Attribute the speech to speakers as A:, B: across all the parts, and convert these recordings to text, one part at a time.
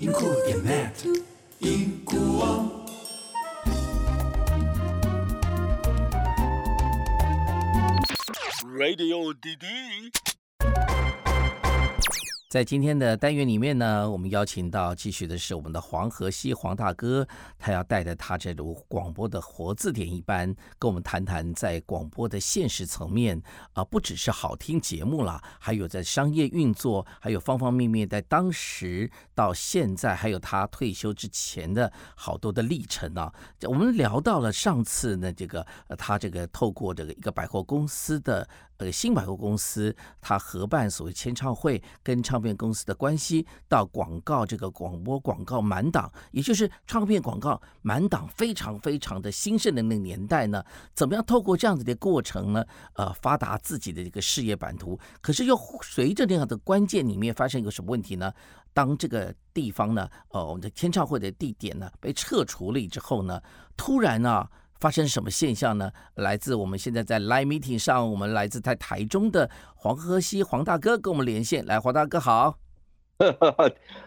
A: 银库点 net，银库网。
B: Radio DD。
C: 在今天的单元里面呢，我们邀请到继续的是我们的黄河西黄大哥，他要带着他这如广播的活字典一般，跟我们谈谈在广播的现实层面啊、不只是好听节目啦，还有在商业运作，还有方方面面，在当时到现在，还有他退休之前的好多的历程啊。这我们聊到了上次呢，这个呃，他这个透过这个一个百货公司的呃新百货公司，他合办所谓签唱会，跟唱片公司的关系，到广告这个广播广告满档，也就是唱片广告满档非常非常的兴盛的那个年代呢，怎么样透过这样子的过程呢，呃，发达自己的这个事业版图，可是又随着这样的关键里面发生一个什么问题呢？当这个地方呢，呃，我们的签唱会的地点呢被撤除了之后呢，突然啊。发生什么现象呢？来自我们现在在 Live Meeting 上，我们来自在台中的黄河西黄大哥跟我们连线。来，黄大哥好，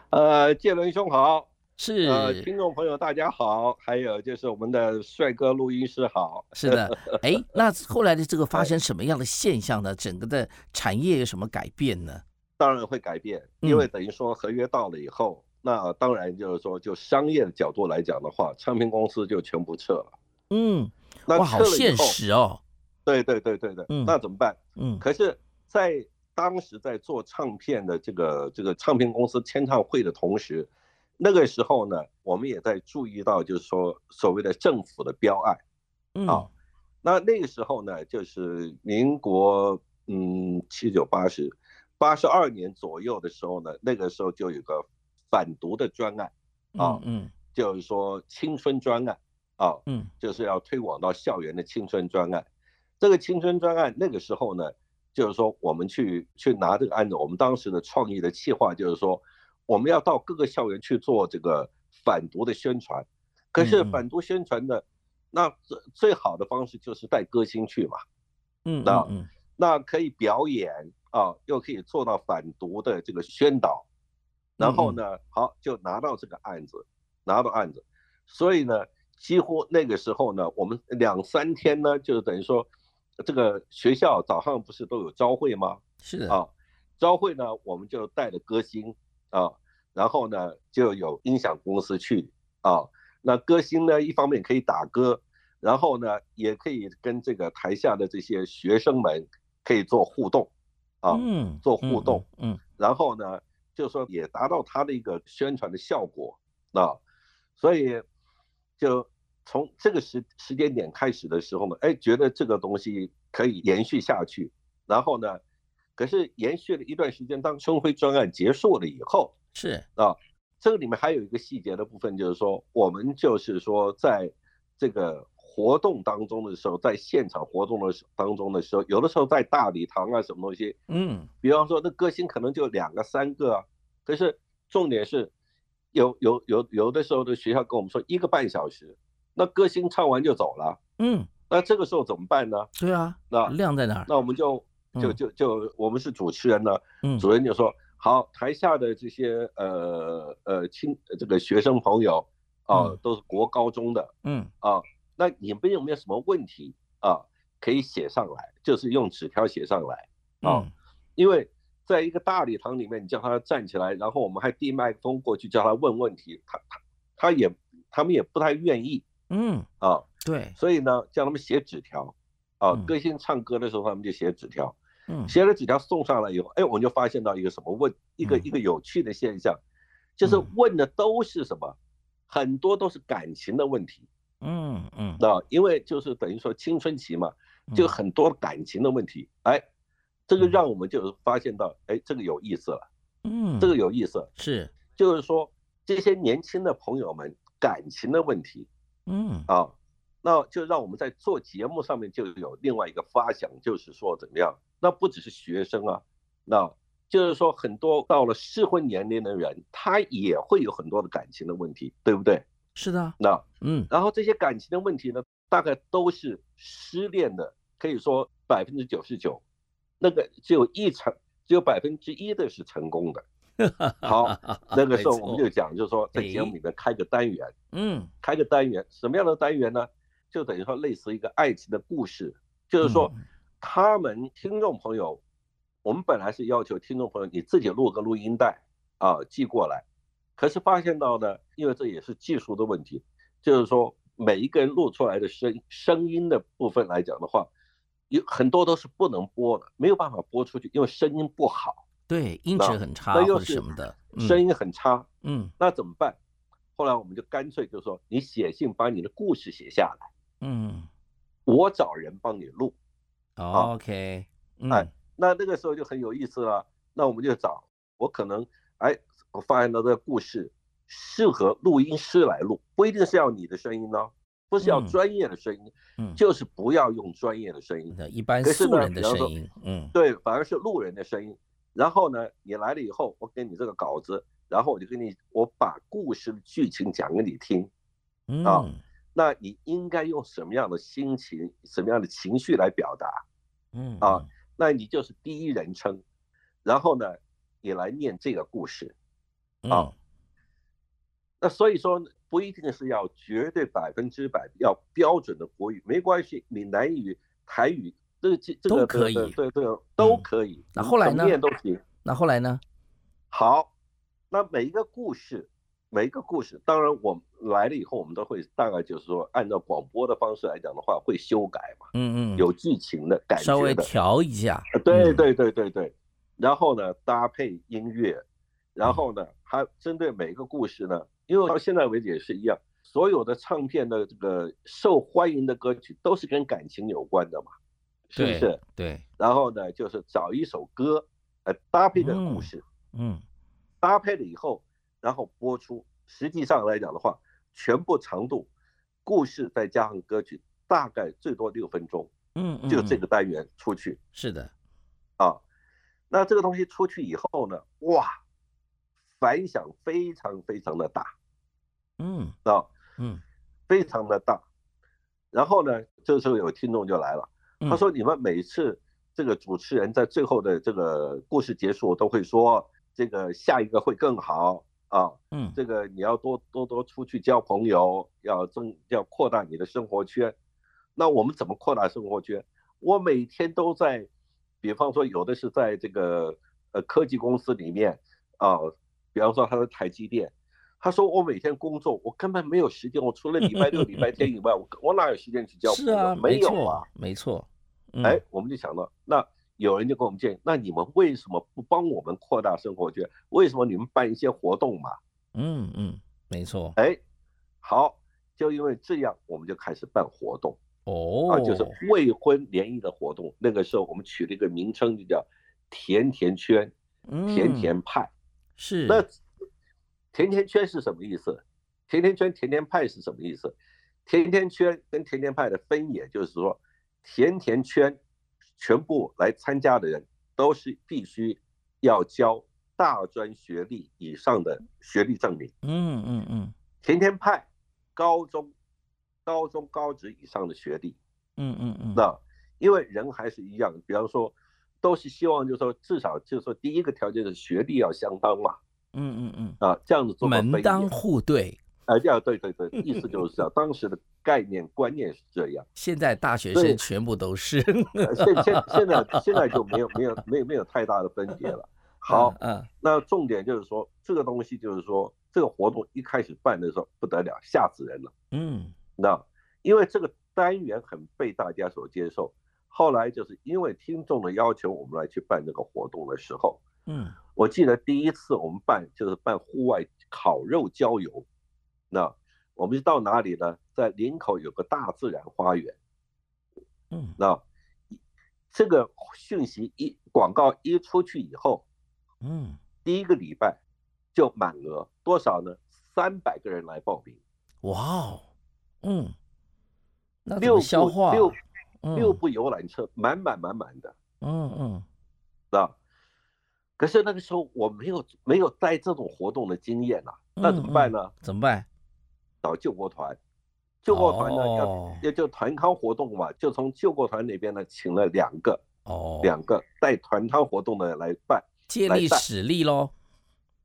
D: 呃，建伦兄好，
C: 是、
D: 呃，听众朋友大家好，还有就是我们的帅哥录音师好。
C: 是 的，哎，那后来的这个发生什么样的现象呢？整个的产业有什么改变呢？
D: 当然会改变，
C: 嗯
D: 因为等于说合约到了以后，那当然就是说，就商业的角度来讲的话，唱片公司就全部撤了。
C: 嗯，
D: 那
C: 哇，
D: 撤
C: 好
D: 了以
C: 现
D: 后，
C: 实哦，
D: 对对对对对，
C: 嗯
D: 那怎么办？
C: 嗯
D: 可是，在当时在做唱片的这个这个唱片公司签唱会的同时，那个时候呢，我们也在注意到，就是说所谓的政府的标案。
C: 嗯，
D: 好那那个时候呢，就是民国嗯七九八十八十二年左右的时候呢，那个时候就有个反毒的专案，
C: 嗯嗯
D: 就是说青春专案啊，
C: 嗯
D: 就是要推广到校园的青春专案。这个青春专案那个时候呢，就是说我们去去拿这个案子，我们当时的创意的计划就是说，我们要到各个校园去做这个反毒的宣传。可是
C: 嗯嗯
D: 反毒宣传的，那最最好的方式就是带歌星去嘛。
C: 嗯
D: 那
C: 嗯
D: 那可以表演啊，又可以做到反毒的这个宣导，然后呢，好就拿到这个案子，拿到案子，所以呢，几乎那个时候呢，我们两三天呢，就是等于说，这个学校早上不是都有朝会吗？
C: 是的，
D: 啊，朝会呢，我们就带着歌星啊，然后呢就有音响公司去啊。那歌星呢，一方面可以打歌，然后呢也可以跟这个台下的这些学生们可以做互动啊，
C: 嗯，
D: 做互动，
C: 嗯
D: 然后呢就说也达到他的一个宣传的效果啊。所以就从这个时时间点开始的时候呢，哎，觉得这个东西可以延续下去。然后呢，可是延续了一段时间，当春晖专案结束了以后，
C: 是，
D: 这个里面还有一个细节的部分，就是说我们就是说在这个活动当中的时候，在现场活动的时当中的时候，有的时候在大礼堂啊什么东西，
C: 嗯
D: 比方说那歌星可能就两个三个啊，可是重点是有有有有的时候的学校跟我们说一个半小时，那歌星唱完就走了，
C: 嗯，
D: 那这个时候怎么办呢？
C: 对啊，
D: 那
C: 量在哪儿？
D: 那我们就就
C: 嗯
D: 就就我们是主持人呢，
C: 嗯
D: 主任就说：“好，台下的这些呃呃亲呃这个学生朋友啊、
C: 嗯
D: 都是国高中的
C: 嗯
D: 啊，那你们有没有什么问题啊？可以写上来，就是用纸条写上来，
C: 嗯
D: 因为在一个大礼堂里面，你叫他站起来，然后我们还递麦克风过去叫他问问题，他他他也他们也不太愿意
C: 嗯，
D: 啊，
C: 对，
D: 所以呢，叫他们写纸条啊
C: 嗯，
D: 歌星唱歌的时候他们就写纸条。”
C: 嗯
D: 写了纸条送上来以后，哎，我们就发现到一个什么问一个
C: 嗯
D: 一个有趣的现象，就是
C: 嗯
D: 问的都是什么，很多都是感情的问题，
C: 嗯嗯，
D: 那因为就是等于说青春期嘛，就
C: 嗯
D: 很多感情的问题，哎，这个
C: 嗯
D: 让我们就发现到，哎，这个有意思了，
C: 嗯，
D: 这个有意思了，
C: 是
D: 就是说这些年轻的朋友们感情的问题
C: 嗯
D: 啊，那就让我们在做节目上面就有另外一个发想，就是说怎么样？那不只是学生啊，那就是说很多到了适婚年龄的人，他也会有很多的感情的问题，对不对？
C: 是的啊，
D: 那
C: 嗯
D: 然后这些感情的问题呢，大概都是失恋的，可以说百分之九十九，那个只有一成，只有百分之一的是成功的。好那个时 候
C: 没错
D: 我们就讲，就是说在节目里面开个单元，
C: 嗯
D: 开个单元，什么样的单元呢？就等于说类似一个爱情的故事，就是说
C: 嗯
D: 他们听众朋友，我们本来是要求听众朋友你自己录个录音带啊寄过来，可是发现到呢，因为这也是技术的问题，就是说每一个人录出来的声声音的部分来讲的话，有很多都是不能播的，没有办法播出去，因为声音不好，
C: 对，音质很差
D: 那
C: 或
D: 又
C: 者
D: 是
C: 什么的，嗯
D: 声音很差。
C: 嗯
D: 那怎么办？后来我们就干脆就说，你写信把你的故事写下来，
C: 嗯
D: 我找人帮你录。
C: ，OK，嗯
D: 啊哎那那个时候就很有意思了。那我们就找我可能，哎，我发现到这个故事适合录音师来录，不一定是要你的声音呢、不是要
C: 嗯
D: 专业的声音，
C: 嗯，
D: 就是不要用专业的声音，
C: 那一般
D: 可是
C: 素
D: 呢
C: 人的
D: 比方
C: 声
D: 说
C: 音，嗯
D: 对，反而是路人的声音。然后呢，你来了以后，我给你这个稿子，然后我就给你，我把故事的剧情讲给你听。啊
C: 嗯
D: 那你应该用什么样的心情、什么样的情绪来表达？
C: 嗯
D: 啊，那你就是第一人称，然后呢，你来念这个故事。
C: 嗯
D: 啊那所以说，不一定是要绝对百分之百要标准的国语，没关系，闽南语、台语，这个这这
C: 都
D: 个
C: 可以嗯
D: 对对对，都可以。嗯
C: 那后来
D: 怎么
C: 呢
D: 念都行。
C: 那后来呢？
D: 好，那每一个故事，每一个故事，当然我们来了以后，我们都会大概就是说，按照广播的方式来讲的话，会修改嘛，
C: 嗯嗯，
D: 有剧情的感觉
C: 稍微
D: 的
C: 调一下
D: 啊，对
C: 嗯，
D: 对对对对，然后呢搭配音乐，然后呢还针对每个故事呢，因为到现在为止也是一样，所有的唱片的这个受欢迎的歌曲都是跟感情有关的嘛，是不
C: 对
D: 是？
C: 对，
D: 然后呢就是找一首歌，呃搭配这个故
C: 嗯
D: 事，
C: 嗯
D: 搭配了以后，然后播出。实际上来讲的话，全部长度，故事再加上歌曲，大概最多六分钟，
C: 嗯嗯，
D: 就这
C: 嗯
D: 个单元出去。
C: 是的，
D: 啊，那这个东西出去以后呢，哇，反响非常非常的大
C: 嗯
D: 啊，
C: 嗯，
D: 非常的大。然后呢，这时候有听众就来了，他
C: 嗯
D: 说：“你们每次这个主持人在最后的这个故事结束都会说，这个下一个会更好啊，
C: 嗯
D: 这个你要多多多出去交朋友，要增要扩大你的生活圈。那我们怎么扩大生活圈？我每天都在，比方说有的是在这个呃科技公司里面啊、比方说他的台积电，他说我每天工作，我根本没有时间，我除了礼拜六、礼拜天以外，我我哪有时间去交朋
C: 是
D: 友？
C: 啊，
D: 没有啊
C: 错。没错，嗯
D: 哎，我们就想到，那有人就给我们建议，那你们为什么不帮我们扩大生活圈？为什么你们办一些活动嘛？
C: 嗯嗯，没错，
D: 哎，好，就因为这样，我们就开始办活动
C: 哦
D: 啊，，就是未婚联谊的活动。那个时候我们取了一个名称，就叫“甜甜圈”、“甜
C: 嗯
D: 甜派”
C: 是
D: 那甜甜圈是什么意思？甜甜圈、甜甜派是什么意思？甜甜圈跟甜甜派的分野就是说，甜甜圈全部来参加的人都是必须要交大专学历以上的学历证明。
C: 嗯嗯嗯
D: 甜甜派高中、高中高职以上的学历。
C: 嗯嗯嗯，
D: 那因为人还是一样，比方说，都是希望就是说至少就是说第一个条件是学历要相当嘛，
C: 嗯嗯
D: 啊，这样子
C: 嗯，
D: 做个分
C: 门
D: 野
C: 当户对。
D: 啊，这样对对对，意思就是这样，当时的概念观念是这样。
C: 现在大学
D: 对
C: 生全部都是，
D: 呃现现现在现在就没有没有没有没有太大的分别了。好，
C: 嗯，
D: 那重点就是说这个东西就是说这个活动一开始办的时候不得了，吓死人了。
C: 嗯
D: 那因为这个单元很被大家所接受，后来就是因为听众的要求，我们来去办这个活动的时候，
C: 嗯
D: 我记得第一次我们办就是办户外烤肉郊游，那我们是到哪里呢？在林口有个大自然花园。
C: 嗯
D: 那这个讯息一广告一出去以后，
C: 嗯，
D: 第一个礼拜就满额，多少呢？三百个人来报名，
C: 哇哦，嗯，那怎
D: 六
C: 么
D: 部
C: 消化？
D: 六
C: 嗯
D: 六部游览车满满满满的，
C: 嗯嗯
D: 是吧？可是那个时候我没有没有带这种活动的经验呐、那怎么办呢？
C: 嗯怎么办？
D: 找救国团，救国团呢要
C: 哦
D: 也就团康活动嘛，就从救国团那边呢请了两个
C: 哦，
D: 两个带团康活动的来办，
C: 借
D: 来
C: 力
D: 带
C: 使力喽。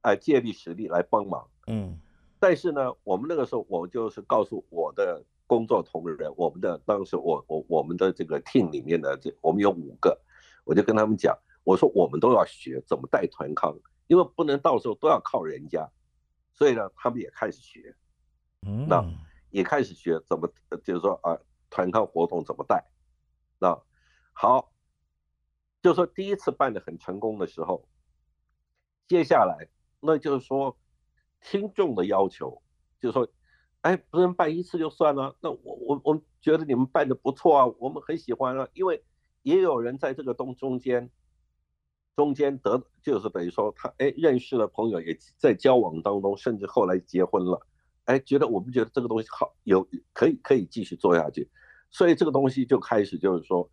D: 哎、借力使力来帮忙。
C: 嗯
D: 但是呢，我们那个时候我就是告诉我的工作同仁，我们的当时我我我们的这个 team 里面的这我们有五个，我就跟他们讲，我说我们都要学怎么带团康，因为不能到时候都要靠人家，所以呢，他们也开始学，
C: 嗯，
D: 那也开始学怎么呃就是说啊团康活动怎么带，那好，就说第一次办的很成功的时候，接下来那就是说听众的要求，就是说，哎，不能办一次就算了，那我我我们觉得你们办的不错啊，我们很喜欢啊，因为也有人在这个东中间。中间得就是等于说他哎认识了朋友，也在交往当中，甚至后来结婚了，哎，觉得我们觉得这个东西好有可以可以继续做下去，所以这个东西就开始就是说，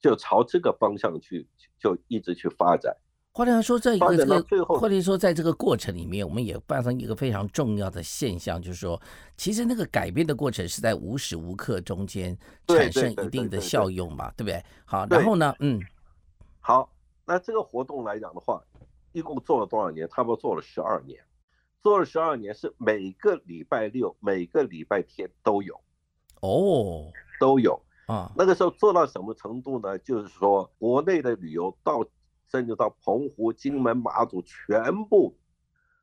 D: 就朝这个方向去就一直去发展。
C: 换句话说，在一
D: 发
C: 个
D: 展
C: 这
D: 到
C: 个，
D: 最后
C: 或者说在这个过程里面，我们也发生一个非常重要的现象，就是说，其实那个改变的过程是在无时无刻中间
D: 对
C: 产
D: 对
C: 生
D: 对
C: 一定
D: 对
C: 的
D: 对
C: 效用嘛，对不对？好，
D: 对
C: 然后呢，嗯，
D: 好，那这个活动来讲的话，一共做了多少年？差不多做了十二年，做了十二年是每个礼拜六、每个礼拜天都有
C: 哦，
D: 都有。
C: 啊，
D: 那个时候做到什么程度呢？就是说，国内的旅游到甚至到澎湖、金门、马祖，全部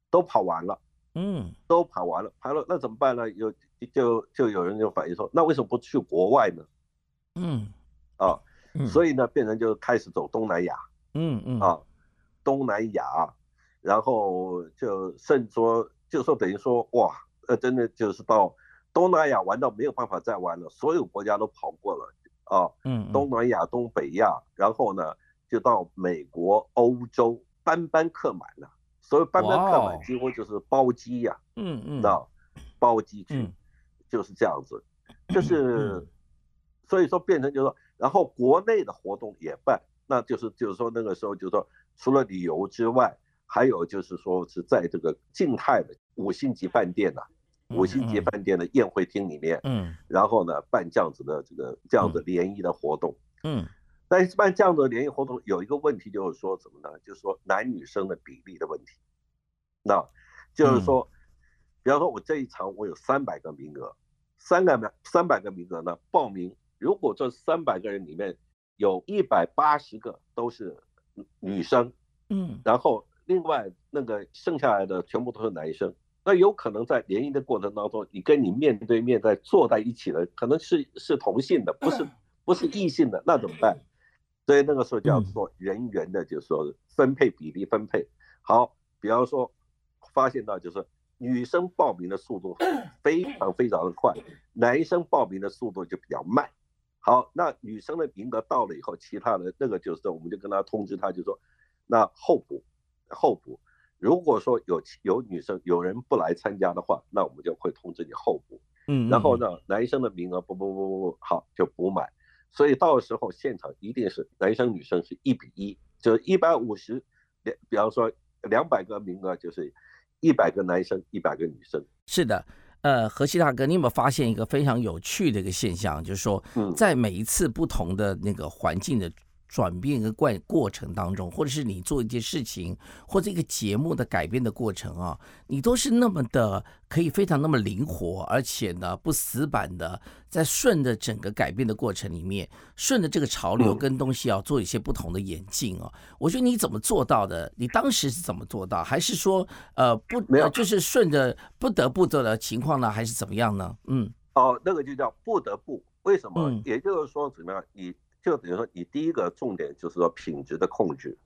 D: 都跑完了，
C: 嗯
D: 都跑完了，跑了那怎么办呢？有就就有人就反映说，那为什么不去国外呢？
C: 嗯
D: 啊，
C: 嗯，以
D: 所以呢，变成就开始走东南亚
C: 嗯嗯
D: 啊，东南亚，然后就甚至说，就说等于说，哇，呃，真的就是到东南亚玩到没有办法再玩了，所有国家都跑过了啊。
C: 嗯嗯
D: 东南亚、东北亚，然后呢就到美国、欧洲，班班客满了。所谓班班客
C: 哇哦
D: 满，几乎就是包机呀、
C: 嗯嗯，
D: 那包机去
C: 嗯，
D: 就是这样 子，就是所以说变成就是说，然后国内的活动也办，那就是就是说那个时候就是说，除了旅游之外，还有就是说是在这个静态的五星级饭店呐、五星级
C: 嗯嗯
D: 饭店的宴会厅里面，
C: 嗯
D: 然后呢办这样子的这个这样的联谊的活动。
C: 嗯
D: 但是办这样的联谊活动有一个问题，就是说什么呢？就是说男女生的比例的问题。那就是说，比方说我这一场我有三百个名额，三个名三百个名额呢报名，如果这三百个人里面有一百八十个都是女女生，
C: 嗯
D: 然后另外那个剩下来的全部都是男生。那有可能在联谊的过程当中，你跟你面对面在坐在一起的，可能是是同性的，不是不是异性的，那怎么办？所以那个时候就要
C: 嗯
D: 做人员的，就是说分配比例分配。好，比方说发现到就是女生报名的速度非常非常的快，男生报名的速度就比较慢。好，那女生的名额到了以后，其他的那个就是我们就跟他通知他，就说那候补，候补。如果说有有女生有人不来参加的话，那我们就会通知你候补。
C: 嗯，
D: 然后呢，男生的名额不不不不不好就补满，所以到时候现场一定是男生女生是一比一，就是一百五十，两比方说两百个名额就是一百个男生一百个女生，
C: 是的，呃，河西大哥，你有没有发现一个非常有趣的一个现象，就是说，
D: 嗯
C: 在每一次不同的那个环境的转变跟过过程当中，或者是你做一件事情或者一个节目的改变的过程啊，你都是那么的可以非常那么灵活，而且呢不死板的，在顺着整个改变的过程里面，顺着这个潮流
D: 嗯
C: 跟东西啊做一些不同的演进哦、我觉得你怎么做到的？你当时是怎么做到？还是说呃不
D: 没有
C: 呃就是顺着不得不做的情况呢？还是怎么样呢？嗯
D: 哦，那个就叫不得不。为什么？
C: 嗯
D: 也就是说怎么样？你就等于说你第一个重点就是说品质的控制，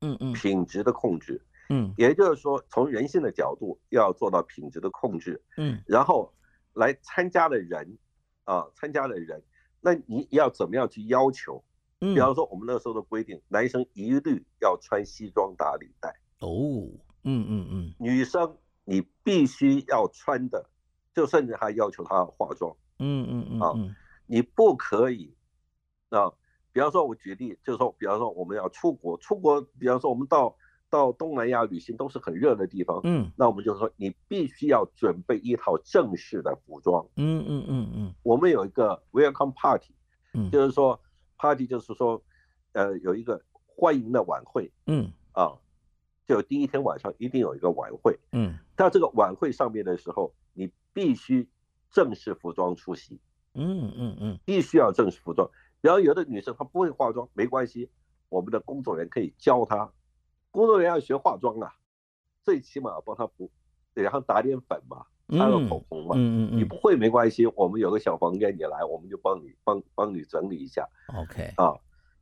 C: 嗯嗯
D: 品质的控制，
C: 嗯
D: 也就是说从人性的角度要做到品质的控制。
C: 嗯
D: 然后来参加的人，啊，参加的人，那你要怎么样去要求？比
C: 嗯
D: 方说我们那时候的规定，男生一律要穿西装打领带，
C: 哦嗯嗯嗯
D: 女生你必须要穿的，就甚至还要求她化妆，
C: 嗯嗯嗯
D: 啊
C: 嗯
D: 你不可以，啊，比方说我举例，就是说，比方说我们要出国，出国，比方说我们到到东南亚旅行都是很热的地方，
C: 嗯
D: 那我们就说你必须要准备一套正式的服装。
C: 嗯嗯嗯
D: 我们有一个 welcome party，
C: 嗯嗯
D: 就是说 party 就是说，呃，有一个欢迎的晚会
C: 嗯
D: 啊。就第一天晚上一定有一个晚会。
C: 嗯
D: 到这个晚会上面的时候，你必须正式服装出席，
C: 嗯嗯嗯
D: 必须要正式服装。然后有的女生她不会化妆，没关系，我们的工作人员可以教她。工作人员要学化妆啊，最起码帮她补，然后打点粉嘛，
C: 嗯，
D: 擦个口红嘛。
C: 嗯
D: 你
C: 嗯
D: 不会没关系，我们有个小房间，你来，我们就帮你帮帮你整理一下
C: 嗯，OK，
D: 啊。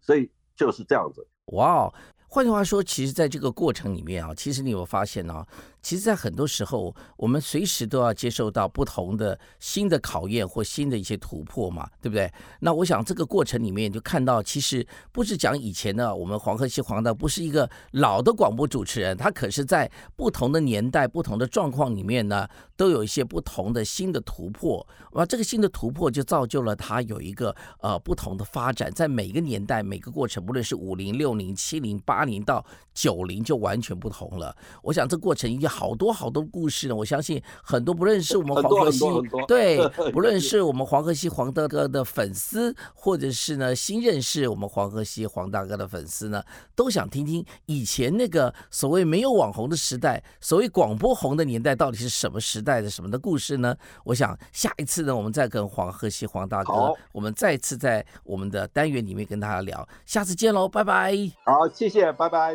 D: 所以就是这样子。
C: 哇哦。换句话说，其实在这个过程里面啊，其实你有发现啊，其实，在很多时候，我们随时都要接受到不同的新的考验或新的一些突破嘛，对不对？那我想这个过程里面，就看到其实不是讲以前呢，我们黄河西黄大不是一个老的广播主持人，他可是在不同的年代、不同的状况里面呢，都有一些不同的新的突破。哇，这个新的突破就造就了他有一个呃不同的发展，在每个年代、每个过程，不论是五零、六零、七零、八零到九零，就完全不同了。我想这过程有好多好多故事呢，我相信很多不认识我 们
D: 很
C: 黄
D: 多
C: 河
D: 很
C: 西
D: 多很 多
C: 对， 不论是我们黄河西黄大哥的粉丝，或者是呢新认识我们黄河西黄大哥的粉丝呢，都想听听以前那个所谓没有网红的时代，所谓广播红的年代到底是什么时代的什么的故事呢？我想下一次呢，我们再跟黄河西黄大哥
D: 好，
C: 我们再次在我们的单元里面跟大家聊，下次见喽，拜拜。
D: 好，谢谢，拜拜。